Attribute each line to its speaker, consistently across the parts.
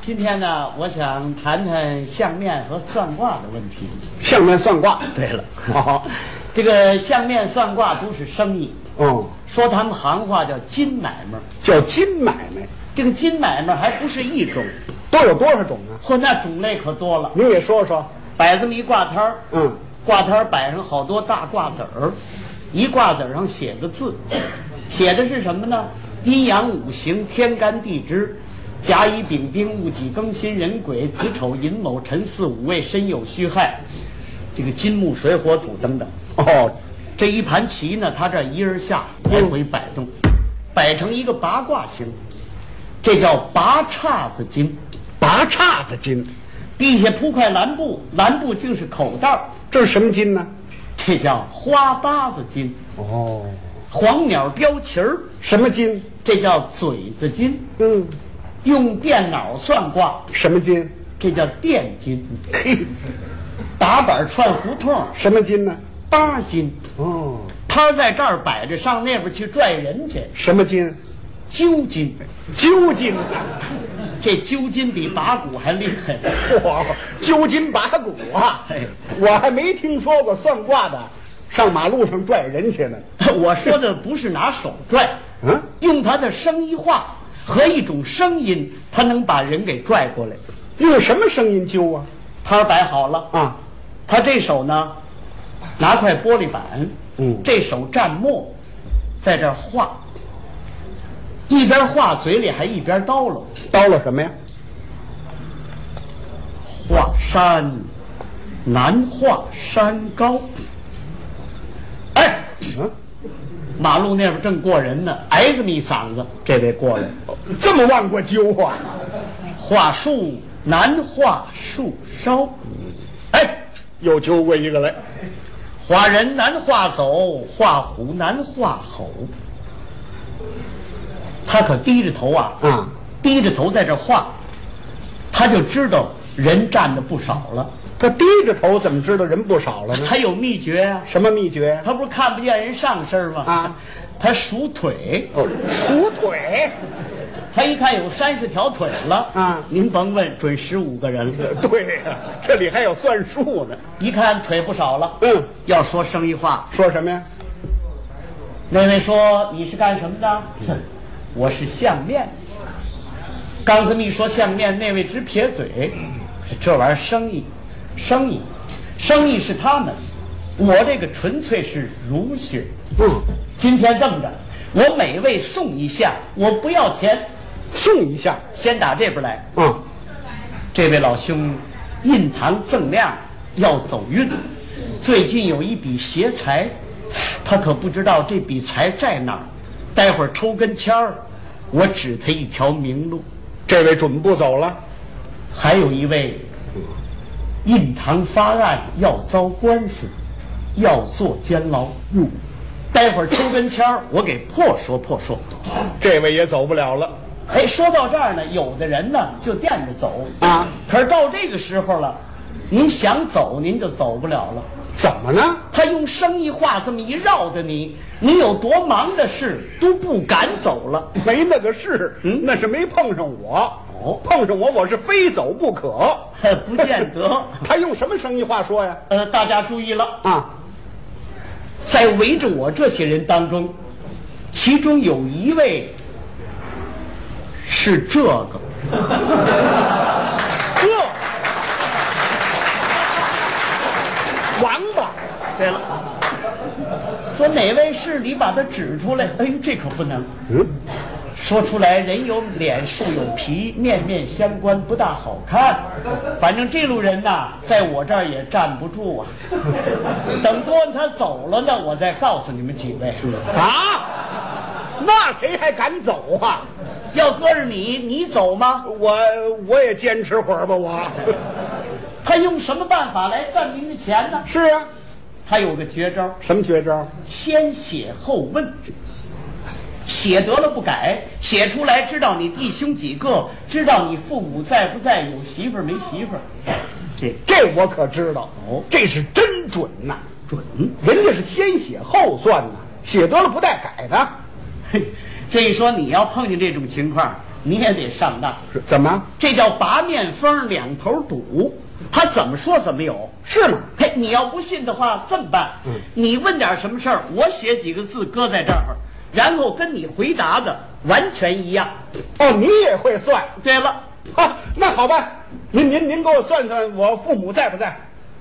Speaker 1: 今天呢，我想谈谈相面和算卦的问题。
Speaker 2: 相面算卦，
Speaker 1: 对 了，
Speaker 2: 好，
Speaker 1: 这个相面算卦都是生意，
Speaker 2: 嗯，
Speaker 1: 说他们行话叫金买卖。
Speaker 2: 叫金买卖，
Speaker 1: 这个金买卖还不是一种，
Speaker 2: 都有多少种啊？
Speaker 1: 嚯，那种类可多了。
Speaker 2: 您给说说。
Speaker 1: 摆这么一挂摊儿，
Speaker 2: 嗯，
Speaker 1: 挂摊儿摆上好多大挂子儿，一挂子儿上写个字，写的是什么呢？阴阳五行、天干地支，甲乙丙丁戊己庚辛壬癸子丑寅卯辰巳午未申酉戌亥，这个金木水火土等等。
Speaker 2: 哦，
Speaker 1: 这一盘棋呢，它这一而下来回摆动，摆成一个八卦形，这叫八叉子经。
Speaker 2: 拔叉子金，
Speaker 1: 地下铺块蓝布，蓝布竟是口袋儿
Speaker 2: 这是什么金呢？
Speaker 1: 这叫花搭子金，
Speaker 2: 哦，
Speaker 1: 黄鸟标旗儿，
Speaker 2: 什么金？
Speaker 1: 这叫嘴子金。
Speaker 2: 嗯，
Speaker 1: 用电脑算卦，
Speaker 2: 什么金？
Speaker 1: 这叫电金。
Speaker 2: 嘿，
Speaker 1: 打板串胡同，
Speaker 2: 什么金呢？
Speaker 1: 八金。
Speaker 2: 哦，
Speaker 1: 摊在这儿摆着，上那边去拽人去，
Speaker 2: 什么金？
Speaker 1: 揪金。
Speaker 2: 揪金，
Speaker 1: 这揪金比拔股还厉害。
Speaker 2: 哇，揪金拔骨啊
Speaker 1: 哎！
Speaker 2: 我还没听说过算卦的上马路上拽人去呢。
Speaker 1: 我说的不是拿手拽，
Speaker 2: 嗯，
Speaker 1: 用他的声音话和一种声音，他能把人给拽过来。
Speaker 2: 用什么声音揪啊？
Speaker 1: 摊儿摆好了，
Speaker 2: 啊，
Speaker 1: 他这手呢，拿块玻璃板，
Speaker 2: 嗯
Speaker 1: 这手蘸墨，在这儿画，一边画嘴里还一边叨唠，
Speaker 2: 叨了什么呀？
Speaker 1: 画山难画山高。哎，
Speaker 2: 嗯，
Speaker 1: 马路那边正过人呢，哎这么一嗓子，这位过来，
Speaker 2: 这么往过揪啊？
Speaker 1: 画树难画树梢。哎，
Speaker 2: 又揪过一个来。
Speaker 1: 画人难画走，画虎难画吼。他可低着头啊，
Speaker 2: 啊，
Speaker 1: 低着头在这画，他就知道人占的不少了。
Speaker 2: 这低着头怎么知道人不少了呢？
Speaker 1: 他有秘诀啊，
Speaker 2: 什么秘诀？
Speaker 1: 他不是看不见人上身吗？
Speaker 2: 啊，
Speaker 1: 他数腿，
Speaker 2: 哦，数腿，
Speaker 1: 他一看有三十条腿了
Speaker 2: 啊
Speaker 1: 您甭问，准十五个人 了。
Speaker 2: 对呀、这里还有算数呢。
Speaker 1: 一看腿不少了，
Speaker 2: 嗯，
Speaker 1: 要说生意话，
Speaker 2: 说什么呀？
Speaker 1: 那位说你是干什么的？哼我是相面。刚这么一说相面，那位直撇嘴，这玩意儿生意，生意，生意是他们，我这个纯粹是儒学。
Speaker 2: 嗯，
Speaker 1: 今天这么着，我每位送一下，我不要钱，
Speaker 2: 送一下。
Speaker 1: 先打这边来。
Speaker 2: 嗯，
Speaker 1: 这位老兄，印堂锃亮，要走运。最近有一笔邪财，他可不知道这笔财在哪儿。待会儿抽根签儿，我指他一条明路。
Speaker 2: 这位准不走了。
Speaker 1: 还有一位，印堂发暗，要遭官司，要坐监牢。嗯，待会儿抽根签儿，我给破说破说。
Speaker 2: 这位也走不了了。
Speaker 1: 哎，说到这儿呢，有的人呢就垫着走
Speaker 2: 啊，
Speaker 1: 可是到这个时候了，您想走您就走不了了。
Speaker 2: 怎么呢？
Speaker 1: 他用生意话这么一绕着你，你有多忙的事都不敢走了。
Speaker 2: 没那个事，嗯，那是没碰上我。
Speaker 1: 哦
Speaker 2: 碰上我，我是非走不可。
Speaker 1: 不见得
Speaker 2: 他用什么生意话说呀？
Speaker 1: 呃，大家注意了，
Speaker 2: 啊，
Speaker 1: 在围着我这些人当中，其中有一位是这个，
Speaker 2: 这王八，
Speaker 1: 对了，说哪位是你把他指出来。哎呦，这可不能。
Speaker 2: 嗯，
Speaker 1: 说出来，人有脸，树有皮，面面相关，不大好看。反正这路人呐，在我这儿也站不住啊。等多他走了呢，我再告诉你们几位。
Speaker 2: 啊，那谁还敢走啊？
Speaker 1: 要搁着你，你走吗？
Speaker 2: 我我也坚持会儿吧，我。
Speaker 1: 他用什么办法来占您的钱呢？
Speaker 2: 是啊，
Speaker 1: 他有个绝招，
Speaker 2: 什么绝招？
Speaker 1: 先写后问。写得了不改，写出来知道你弟兄几个，知道你父母在不在，有媳妇儿没媳妇儿。这
Speaker 2: 这我可知道，
Speaker 1: 哦
Speaker 2: 这是真准呐、
Speaker 1: 准。
Speaker 2: 人家是先写后算呐、写得了不带改的。
Speaker 1: 嘿，这一说你要碰见这种情况，你也得上当。
Speaker 2: 是怎么？
Speaker 1: 这叫八面风两头堵，他怎么说怎么有。
Speaker 2: 是吗？
Speaker 1: 嘿，你要不信的话，这么办，你问点什么事儿，我写几个字搁在这儿，然后跟你回答的完全一样。
Speaker 2: 哦，你也会算？
Speaker 1: 对了，
Speaker 2: 哈，那好办，您您您给我算算，我父母在不在？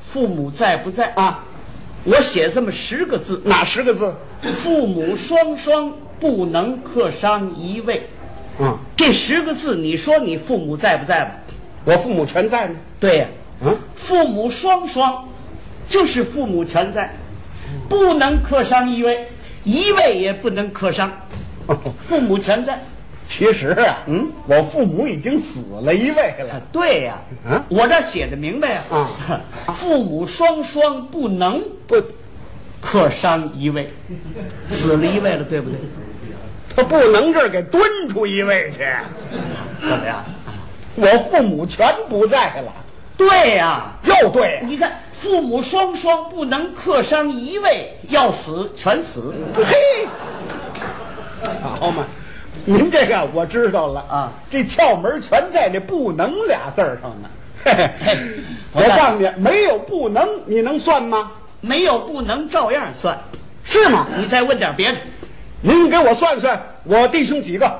Speaker 1: 父母在不在？
Speaker 2: 啊，
Speaker 1: 我写这么十个字：
Speaker 2: 哪十个字？
Speaker 1: 父母双双不能克伤一位。
Speaker 2: 嗯，
Speaker 1: 这十个字，你说你父母在不在吧？
Speaker 2: 我父母全在呢。
Speaker 1: 对呀、
Speaker 2: 嗯，
Speaker 1: 父母双双，就是父母全在，不能克伤一位，一位也不能克伤，父母全在。
Speaker 2: 其实啊，嗯，我父母已经死了一位
Speaker 1: 啊
Speaker 2: 了。，
Speaker 1: 对呀、
Speaker 2: 啊
Speaker 1: 我这写的明白呀、 父母双双不能
Speaker 2: 不，
Speaker 1: 克伤一位，死了一位了，对不对？
Speaker 2: 他不能这儿给蹲出一位去。
Speaker 1: 怎么样？
Speaker 2: 我父母全不在了，
Speaker 1: 对呀、
Speaker 2: 又对了。
Speaker 1: 你看，父母双双不能克伤一位，要死全死。
Speaker 2: 嘿，好嘛，您这个我知道了
Speaker 1: 啊，
Speaker 2: 这窍门全在那“不能”俩字儿上呢。嘿嘿我
Speaker 1: 我
Speaker 2: 告诉你，没有不能，你能算吗？
Speaker 1: 没有不能，照样算。
Speaker 2: 是吗？
Speaker 1: 你再问点别的，
Speaker 2: 您给我算算，我弟兄几个？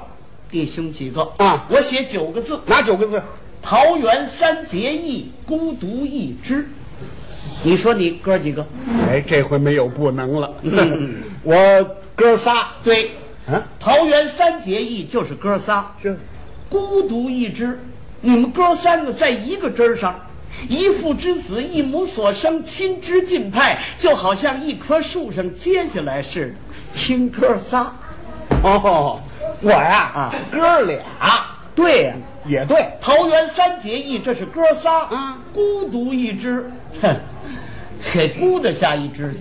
Speaker 1: 弟兄几个
Speaker 2: 啊
Speaker 1: 我写九个字：
Speaker 2: 哪九个字？
Speaker 1: 桃园三结义，孤独一枝。你说你哥几个？
Speaker 2: 哎，这回没有不能了。嗯我哥仨，
Speaker 1: 对，
Speaker 2: 啊，
Speaker 1: 桃园三结义就是哥仨，
Speaker 2: 这
Speaker 1: 孤独一枝。你们哥三个在一个枝儿上，一父之子，一母所生，亲之近派，就好像一棵树上接下来似的，亲哥仨。
Speaker 2: 哦，我呀，
Speaker 1: 啊
Speaker 2: 哥俩
Speaker 1: 对呀、
Speaker 2: 也对，
Speaker 1: 桃园三结义，这是哥仨
Speaker 2: 啊
Speaker 1: 孤独一只，哼，给孤的下一只去。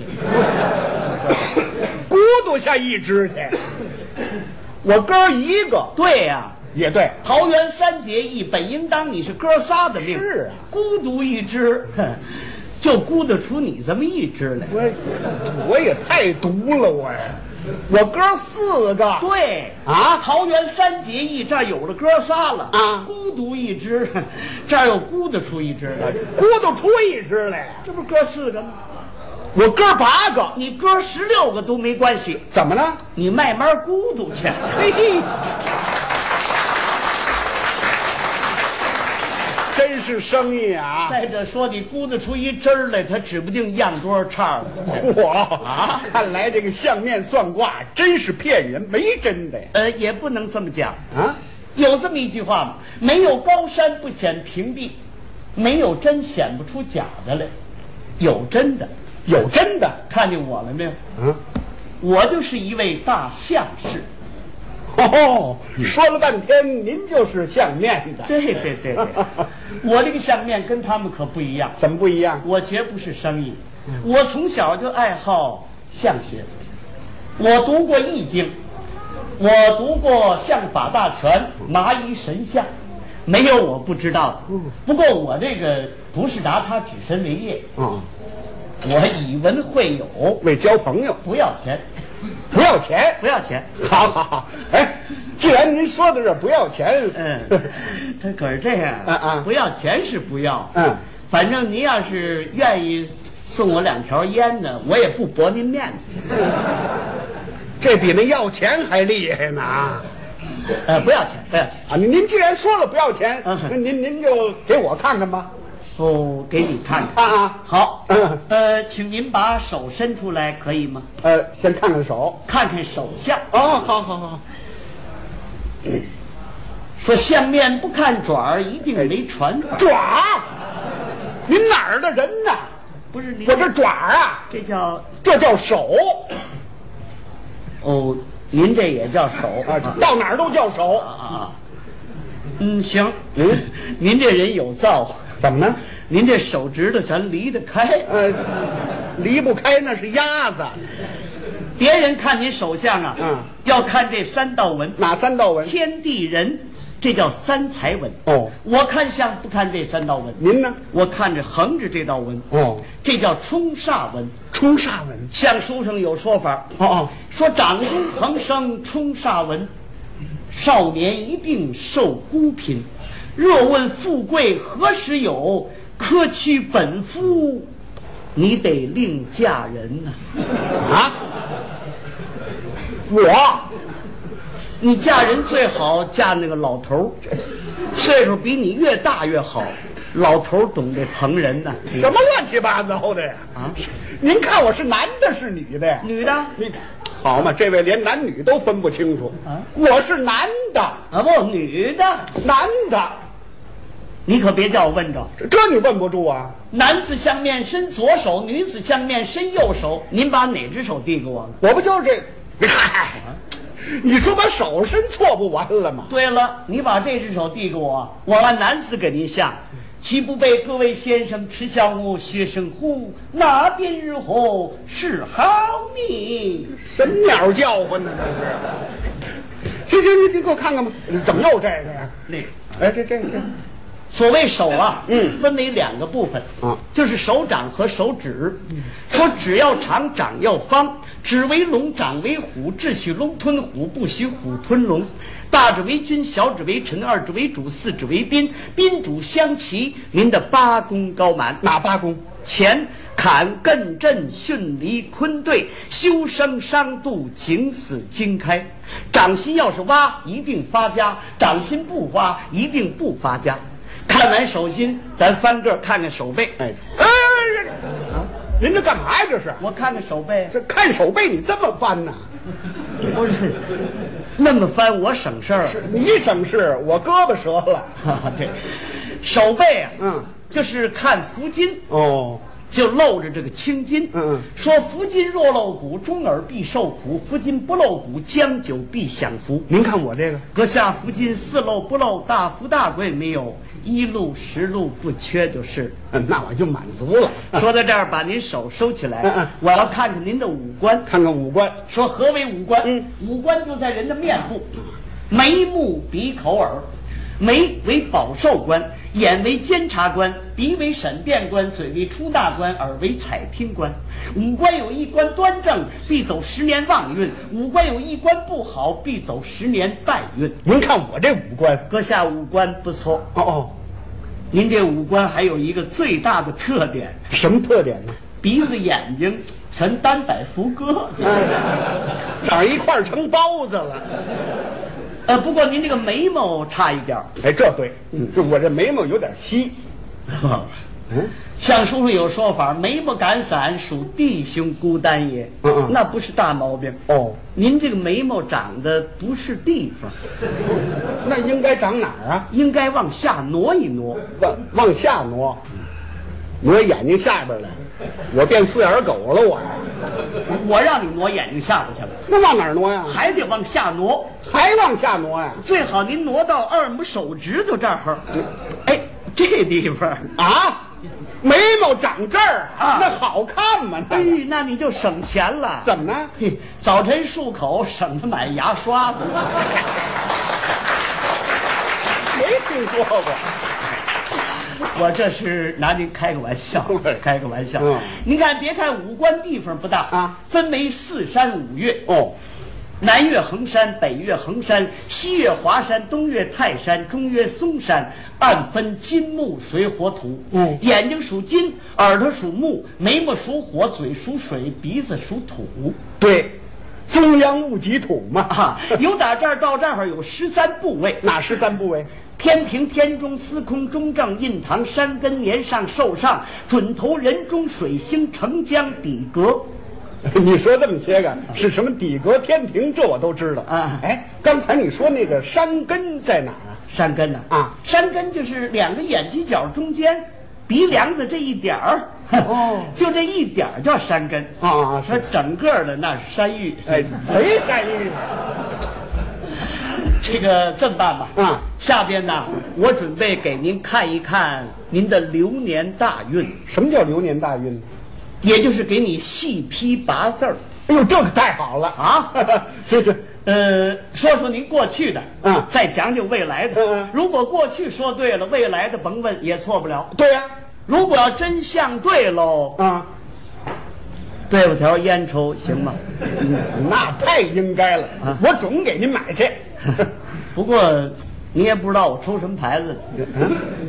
Speaker 2: 咕嘟下一只去。我哥一个
Speaker 1: 对呀、
Speaker 2: 也对，
Speaker 1: 桃园三结义本应当你是哥仨的命，
Speaker 2: 是啊
Speaker 1: 孤独一只， 哼，就孤得出你这么一只来。
Speaker 2: 我我也太毒了我呀！我哥四个，
Speaker 1: 对
Speaker 2: 啊
Speaker 1: 桃园三结义这儿有了哥仨了
Speaker 2: 啊
Speaker 1: 孤独一只， 哼这儿又孤得出一只来，
Speaker 2: 咕嘟出一只来呀！
Speaker 1: 这不是哥四个吗？
Speaker 2: 我哥八个，
Speaker 1: 你哥十六个都没关系，
Speaker 2: 怎么了？
Speaker 1: 你慢慢孤独 去。
Speaker 2: 嘿嘿，真是生意啊！
Speaker 1: 再者说，你估得出一汁儿来，他指不定样多少叉儿了。
Speaker 2: 嚯啊！看来这个相面算卦真是骗人，没真的呀！
Speaker 1: 呃，也不能这么讲，
Speaker 2: 啊，
Speaker 1: 有这么一句话嘛：没有高山不显平地，没有真显不出假的来。有真的，
Speaker 2: 有真的，
Speaker 1: 看见我了没有？
Speaker 2: 嗯，
Speaker 1: 我就是一位大相士。
Speaker 2: 哦，说了半天，您就是相面的，
Speaker 1: 对对对对，我这个相面跟他们可不一样，
Speaker 2: 怎么不一样？
Speaker 1: 我绝不是生意。我从小就爱好相学，我读过《易经》，我读过《相法大全》《麻衣神相》，没有我不知道的。不过我这个不是拿它指身为业，
Speaker 2: 啊，
Speaker 1: 我以文会友，
Speaker 2: 为交朋友
Speaker 1: 不要钱，
Speaker 2: 不要钱。
Speaker 1: 不要钱。
Speaker 2: 好好好，哎，既然您说到这儿不要钱，
Speaker 1: 嗯， 啊他可是这样，
Speaker 2: 嗯嗯
Speaker 1: 不要钱是不要，
Speaker 2: 嗯，
Speaker 1: 反正您要是愿意送我两条烟呢，我也不驳您面子。
Speaker 2: 这比那要钱还厉害呢啊！
Speaker 1: 呃，不要钱，不要钱。
Speaker 2: 啊，您您既然说了不要钱，
Speaker 1: 嗯
Speaker 2: 那您您就给我看看吧。
Speaker 1: 哦，给你看看。
Speaker 2: 啊啊，
Speaker 1: 好
Speaker 2: 嗯，
Speaker 1: 呃，请您把手伸出来，可以吗？
Speaker 2: 呃，先看看手。
Speaker 1: 看看手相。
Speaker 2: 哦，好好好，
Speaker 1: 说相面不看爪儿，一定没传法。
Speaker 2: 爪，您哪儿的人呢？
Speaker 1: 哎不是您
Speaker 2: 我，这爪啊，
Speaker 1: 这叫
Speaker 2: 这叫手
Speaker 1: 哦，您这也叫手
Speaker 2: 啊，到哪儿都叫手。
Speaker 1: 啊？嗯，行，
Speaker 2: 嗯，
Speaker 1: 您这人有造化，
Speaker 2: 怎么呢？
Speaker 1: 您这手指头全离得开。
Speaker 2: 呃，离不开那是鸭子，
Speaker 1: 别人看您手相啊，
Speaker 2: 嗯，
Speaker 1: 要看这三道纹，
Speaker 2: 哪三道纹？
Speaker 1: 天地人，这叫三才纹。
Speaker 2: 哦，
Speaker 1: 我看相不看这三道纹。
Speaker 2: 您呢？
Speaker 1: 我看着横着这道纹，
Speaker 2: 哦，
Speaker 1: 这叫冲煞纹。
Speaker 2: 冲煞纹。
Speaker 1: 像书上有说法，
Speaker 2: 哦哦，
Speaker 1: 说掌中横生冲煞纹，少年一定受孤贫。若问富贵何时有？科去本夫，你得另嫁人呐、
Speaker 2: 啊，我
Speaker 1: 你嫁人最好嫁那个老头儿，岁数比你越大越好。老头儿懂得疼人呐、
Speaker 2: 什么乱七八糟的呀？
Speaker 1: 啊，
Speaker 2: 您看我是男的，是女的呀？
Speaker 1: 女的啊
Speaker 2: 你好嘛，这位连男女都分不清楚。
Speaker 1: 啊
Speaker 2: 我是男的，
Speaker 1: 不，女的，
Speaker 2: 男的，
Speaker 1: 你可别叫我问着。
Speaker 2: 这你问不住啊？
Speaker 1: 男子相面伸左手，女子相面伸右手。您把哪只手递给我了？
Speaker 2: 我不就是这？你嗨，你说把手伸错不完了吗？
Speaker 1: 对了，你把这只手递给我，我按男子给您下，岂不被各位先生耻笑我学生乎？那边日后是好你。
Speaker 2: 什么鸟叫唤呢？这是。行行行，你给我看看吧，怎么又这个呀？
Speaker 1: 那个
Speaker 2: 哎，这这这，
Speaker 1: 所谓手啊，
Speaker 2: 嗯
Speaker 1: 分为两个部分
Speaker 2: 啊
Speaker 1: 就是手掌和手指。说指要长，掌要方，指为龙，掌为虎，只许龙吞虎，不许虎吞龙。大指为君，小指为臣，二指为主，四指为宾，宾主相齐。您的八功高满，
Speaker 2: 哪八公？
Speaker 1: 乾、坎、艮、震、巽、离、坤兑，修生伤度，景死经开。掌心要是挖，一定发家；掌心不挖，一定不发家。看完手心，咱翻个儿看看手背。
Speaker 2: 哎哎哎哎，您这干嘛呀？这是
Speaker 1: 我看看手背，
Speaker 2: 这看手背你这么翻呐？
Speaker 1: 不是那么翻，我省事儿。
Speaker 2: 你省事，我胳膊折了。
Speaker 1: 啊，对，手背啊，
Speaker 2: 嗯，
Speaker 1: 就是看福筋。
Speaker 2: 哦，
Speaker 1: 就露着这个青筋。
Speaker 2: 嗯嗯
Speaker 1: 说福筋若露骨，终耳必受苦；福筋不露骨，将久必享福。
Speaker 2: 您看我这个，
Speaker 1: 阁下福筋四露不露，大富大贵没有，一路十路不缺就是。
Speaker 2: 嗯那我就满足了。
Speaker 1: 说到这儿，把您手收起
Speaker 2: 嗯嗯
Speaker 1: 来，我要看看您的五官。
Speaker 2: 看看五官，
Speaker 1: 说何为五官？
Speaker 2: 嗯
Speaker 1: 五官就在人的面部，眉目鼻口耳。眉为保寿官，眼为监察官，鼻为审辩官，嘴为出纳官，耳为采听官。五官有一官端正，必走十年旺运；五官有一官不好，必走十年败运。
Speaker 2: 您看我这五官，
Speaker 1: 阁下五官不错，
Speaker 2: 哦哦，
Speaker 1: 您这五官还有一个最大的特点，
Speaker 2: 什么特点呢？
Speaker 1: 鼻子、眼睛全单摆福哥。
Speaker 2: 长一块儿成包子了。
Speaker 1: 呃，不过您这个眉毛差一点儿。
Speaker 2: 哎，这对，嗯，我这眉毛有点稀。 嗯，
Speaker 1: 像书上有说法，眉毛敢散属弟兄孤单也，
Speaker 2: 嗯嗯
Speaker 1: 那不是大毛病。
Speaker 2: 哦，
Speaker 1: 您这个眉毛长得不是地方，
Speaker 2: 那应该长哪儿啊？
Speaker 1: 应该往下挪一挪。
Speaker 2: 往往下挪，挪眼睛下边来，我变四眼狗了我。
Speaker 1: 我让你挪眼睛下巴去了，
Speaker 2: 那往哪儿挪呀？
Speaker 1: 还得往下挪，
Speaker 2: 还往下挪呀？
Speaker 1: 最好您挪到二拇手指头这儿。哎，这地方，
Speaker 2: 啊，眉毛长这儿
Speaker 1: 啊
Speaker 2: 那好看吗？那
Speaker 1: 哎
Speaker 2: 个，
Speaker 1: 那你就省钱了。
Speaker 2: 怎么呢？
Speaker 1: 嘿，早晨漱口省得买牙刷子了。
Speaker 2: 没听说过。
Speaker 1: 我这是拿您开个玩笑
Speaker 2: 对，
Speaker 1: 开个玩笑。
Speaker 2: 嗯
Speaker 1: 您看，别看五官地方不大
Speaker 2: 啊，
Speaker 1: 分为四山五岳，
Speaker 2: 哦，
Speaker 1: 南岳衡山，北岳衡山，西岳华山，东岳泰山，中岳嵩山，按分金木水火土。
Speaker 2: 嗯
Speaker 1: 眼睛属金，耳朵属木，眉毛属火，嘴属水，鼻子属土。
Speaker 2: 对，中央戊己土嘛，
Speaker 1: 啊，由打这儿到这儿有十三部位。
Speaker 2: 哪十三部位？
Speaker 1: 天庭、天中、司空、中正、印堂、山根、年上、寿上、准头、人中、水星、澄江、底阁。
Speaker 2: 你说这么些个是什么底阁、天庭，这我都知道
Speaker 1: 啊
Speaker 2: 哎，刚才你说那个山根在哪儿啊？
Speaker 1: 山根呐、
Speaker 2: 啊
Speaker 1: 山根就是两个眼犄角中间，鼻梁子这一点儿，
Speaker 2: 哦
Speaker 1: 就这一点儿叫山根
Speaker 2: 啊啊是
Speaker 1: 它整个的那是山芋。
Speaker 2: 哎，谁山啊芋
Speaker 1: 这个这么办吧，
Speaker 2: 啊
Speaker 1: 下边呢，我准备给您看一看您的流年大运，
Speaker 2: 什么叫流年大运呢？
Speaker 1: 也就是给你细批八字儿。
Speaker 2: 哎呦，这可太好了
Speaker 1: 啊！
Speaker 2: 谢谢。
Speaker 1: 呃，说说您过去的，
Speaker 2: 嗯
Speaker 1: 再讲讲未来的。
Speaker 2: 嗯嗯
Speaker 1: 如果过去说对了，未来的甭问也错不了。
Speaker 2: 对呀、
Speaker 1: 如果要真相对喽，
Speaker 2: 啊，
Speaker 1: 对付条烟抽行吗？啊
Speaker 2: 嗯那太应该了，我准给您买去。
Speaker 1: 不过你也不知道我抽什么牌子，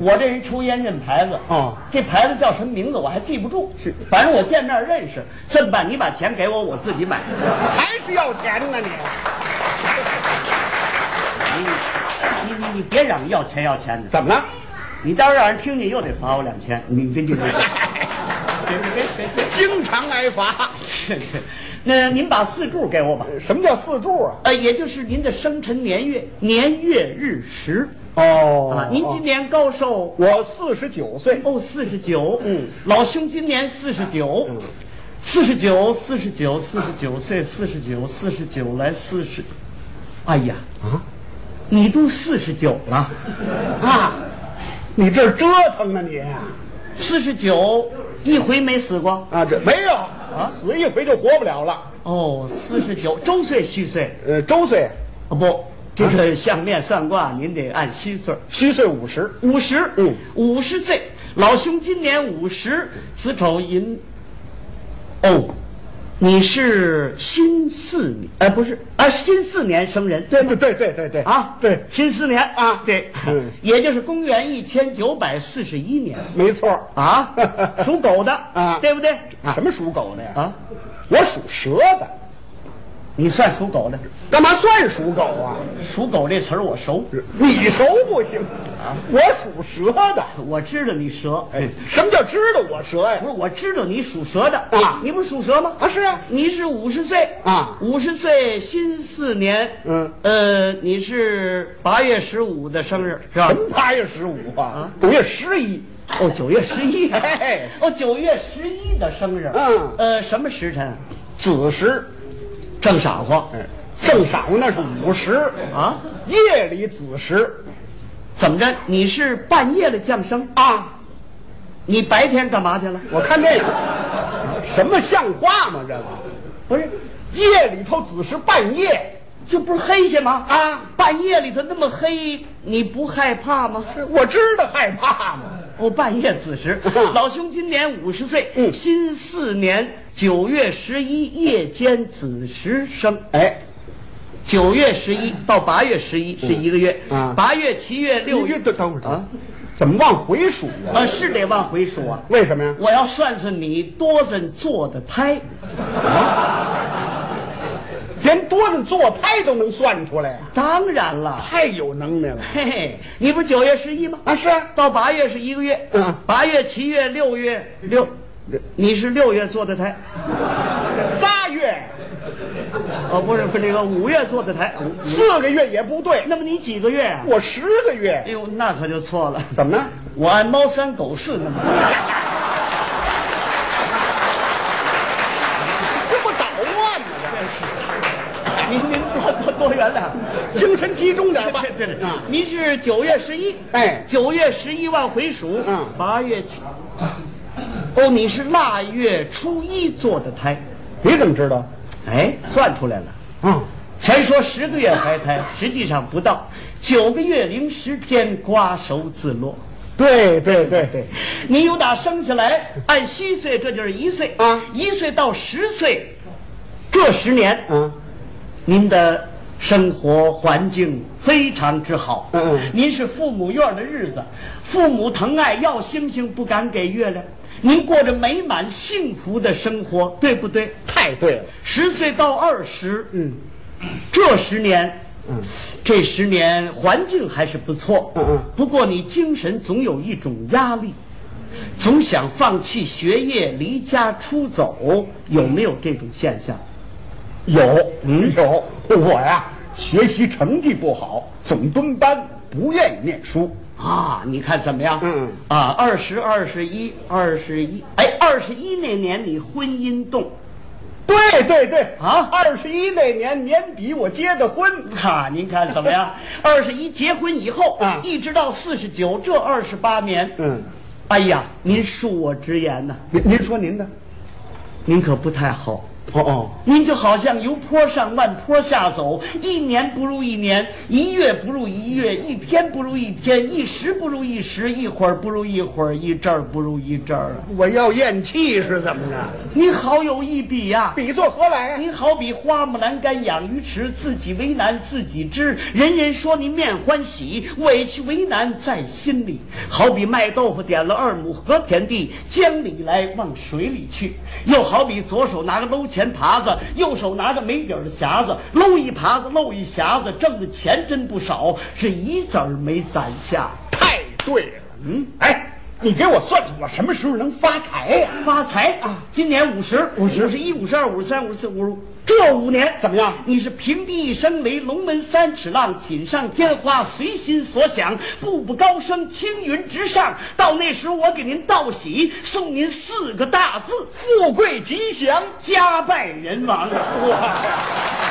Speaker 1: 我这人抽烟认牌子。
Speaker 2: 嗯哦
Speaker 1: 这牌子叫什么名字我还记不住，
Speaker 2: 是
Speaker 1: 反正我见面认识。这么办，你把钱给我，我自己买。
Speaker 2: 还是要钱呢你？
Speaker 1: 你你你你别嚷要钱要钱的，
Speaker 2: 怎么了？
Speaker 1: 你到时候让人听见又得罚我两千。 你你你，别别别别
Speaker 2: 经常挨罚。
Speaker 1: 是是，那您把四柱给我吧。
Speaker 2: 什么叫四柱啊？
Speaker 1: 呃，也就是您的生辰年月、年月日时
Speaker 2: 哦
Speaker 1: 啊。您今年高寿？
Speaker 2: 我四十九岁，
Speaker 1: 哦，四十九。嗯，老兄今年四十九。四十九，四十九，四十九岁，四十九，四十九来四十，哎呀啊，你都四十九了，啊，
Speaker 2: 你这儿折腾呢你？
Speaker 1: 四十九一回没死过
Speaker 2: 啊，这没有啊，死一回就活不了了。
Speaker 1: 哦，四十九周岁虚岁
Speaker 2: 呃，周岁
Speaker 1: 啊不，这个相面算卦您得按虚岁儿。
Speaker 2: 虚岁五十，
Speaker 1: 五十，
Speaker 2: 嗯
Speaker 1: 五十岁，老兄今年五十，子丑寅。哦，你是辛巳年，呃，不是啊，辛巳年生人，对吗
Speaker 2: 对？对对对对
Speaker 1: 啊，
Speaker 2: 对，
Speaker 1: 辛巳年啊，对
Speaker 2: 嗯，
Speaker 1: 也就是公元一千九百四十一年
Speaker 2: 没错儿
Speaker 1: 啊，属狗的
Speaker 2: 啊
Speaker 1: 对不对？
Speaker 2: 什么属狗的呀？
Speaker 1: 啊，
Speaker 2: 我属蛇的，
Speaker 1: 你算属狗的，
Speaker 2: 干嘛算属狗啊？
Speaker 1: 属狗这词儿我熟，
Speaker 2: 你熟不行啊，我属蛇的。
Speaker 1: 我知道你蛇，
Speaker 2: 哎，什么叫知道我蛇呀
Speaker 1: 不？是，我知道你属蛇的
Speaker 2: 啊
Speaker 1: 你不是属蛇吗？
Speaker 2: 啊，是啊，
Speaker 1: 你是五十岁
Speaker 2: 啊
Speaker 1: 五十岁辛巳年，
Speaker 2: 嗯，
Speaker 1: 呃，你是八月十五的生日是吧
Speaker 2: 什？么八月十五啊？九月十一，
Speaker 1: 哦，九月十一，
Speaker 2: 哎
Speaker 1: 哦，九月十一的生日，
Speaker 2: 嗯
Speaker 1: 呃，什么时辰？
Speaker 2: 子时，
Speaker 1: 正晌午，
Speaker 2: 哎，正晌午那是午时
Speaker 1: 啊，
Speaker 2: 夜里子时
Speaker 1: 怎么着？你是半夜的降生，
Speaker 2: 啊，
Speaker 1: 你白天干嘛去了？
Speaker 2: 我看电影，什么像话吗？这个
Speaker 1: 不是，
Speaker 2: 夜里头子时半夜，
Speaker 1: 这不是黑些吗？
Speaker 2: 啊，
Speaker 1: 半夜里头那么黑，你不害怕吗？
Speaker 2: 我知道害怕吗？
Speaker 1: 哦，半夜子 时，老兄今年五十岁，
Speaker 2: 啊嗯
Speaker 1: 辛巳年九月十一夜间子时生。
Speaker 2: 哎，
Speaker 1: 九月十一到八月十一是一个月，
Speaker 2: 嗯啊
Speaker 1: 八月、七月、六
Speaker 2: 六
Speaker 1: 月
Speaker 2: 月，等等会儿啊，怎么往回数啊？
Speaker 1: 呃，是得往回数啊。
Speaker 2: 为什么呀？
Speaker 1: 我要算算你多少做的胎，
Speaker 2: 连多的做派都能算出来呀、啊
Speaker 1: 当然了，
Speaker 2: 太有能耐了
Speaker 1: 嘿嘿，你不是九月十一吗？
Speaker 2: 啊！是啊
Speaker 1: 到八月是一个月
Speaker 2: 嗯，
Speaker 1: 八月、七月、六月六，你是六月做的胎，
Speaker 2: 仨月
Speaker 1: 哦，不是不是那个五月做的胎，五
Speaker 2: 四个月也不对，
Speaker 1: 那么你几个月啊？
Speaker 2: 我十个月
Speaker 1: 哎呦，那可就错了。
Speaker 2: 怎么呢？
Speaker 1: 我按猫三狗四那么 算，
Speaker 2: 这不捣乱吗？
Speaker 1: 您您多多多原谅。
Speaker 2: 这精神集中点 吧
Speaker 1: 对。对对
Speaker 2: 啊，，
Speaker 1: 您是九月十一，
Speaker 2: 哎
Speaker 1: 九月十一往回数，
Speaker 2: 嗯
Speaker 1: 八月七，哦，你是腊月初一做的胎，
Speaker 2: 你怎么知道？
Speaker 1: 哎，算出来了。
Speaker 2: 啊，
Speaker 1: 全说十个月怀 胎，实际上不到九个月零十天瓜熟自落。
Speaker 2: 对对对对，
Speaker 1: 你由打生下来，按虚岁这就是一岁
Speaker 2: 啊
Speaker 1: 一岁到十岁，这十年，
Speaker 2: 啊，
Speaker 1: 您的生活环境非常之好。
Speaker 2: 嗯嗯
Speaker 1: 您是父母院儿的日子，父母疼爱，要星星不敢给月亮。您过着美满幸福的生活，对不对？
Speaker 2: 太对了。
Speaker 1: 十岁到二十，
Speaker 2: 嗯，
Speaker 1: 这十年，嗯，这十年环境还是不错，
Speaker 2: 嗯嗯
Speaker 1: 不过你精神总有一种压力，总想放弃学业，离家出走，有没有这种现象？
Speaker 2: 有，嗯，有。我呀，学习成绩不好，总蹲班，不愿意念书。
Speaker 1: 啊，你看怎么样？
Speaker 2: 嗯
Speaker 1: 啊，二十二十一，二十一，哎，二十一那年你婚姻动，
Speaker 2: 对对对
Speaker 1: 啊
Speaker 2: 二十一那年年底我结的婚，
Speaker 1: 哈、您看怎么 样？二十一结婚以后，
Speaker 2: 啊
Speaker 1: 一直到四十九，这二十八年，
Speaker 2: 嗯，
Speaker 1: 哎呀，您恕我直言呐、
Speaker 2: 您您说您的，
Speaker 1: 您可不太好。
Speaker 2: 哦哦，
Speaker 1: 您就好像由坡上万坡下走，一年不如一年，一月不如一月，一天不如一天，一时不如一时，一会儿不如一会儿，一阵儿不如一阵儿。
Speaker 2: 我要咽气是怎么着？
Speaker 1: 你好有一比呀、
Speaker 2: 比作何来呀、
Speaker 1: 您好比花木兰干养鱼池，自己为难自己知，人人说你面欢喜，委屈为难在心里。好比卖豆腐点了二亩和田地，江里来往水里去。又好比左手拿个搂钱耙子，右手拿个没底儿的匣子，搂一耙子漏一匣子，挣的钱真不少，是一子儿没攒下。
Speaker 2: 太对了，嗯，哎，你给我算算，我什么时候能发财呀、
Speaker 1: 发财啊！今年五十，五十一、五十二、五十三、五十四、五十五，这五年
Speaker 2: 怎么样
Speaker 1: 你是平地一声雷，龙门三尺浪，锦上添花，随心所想，步步高升，青云直上。到那时我给您道喜，送您四个大字：
Speaker 2: 富贵吉祥。
Speaker 1: 家败人亡。
Speaker 2: 哇！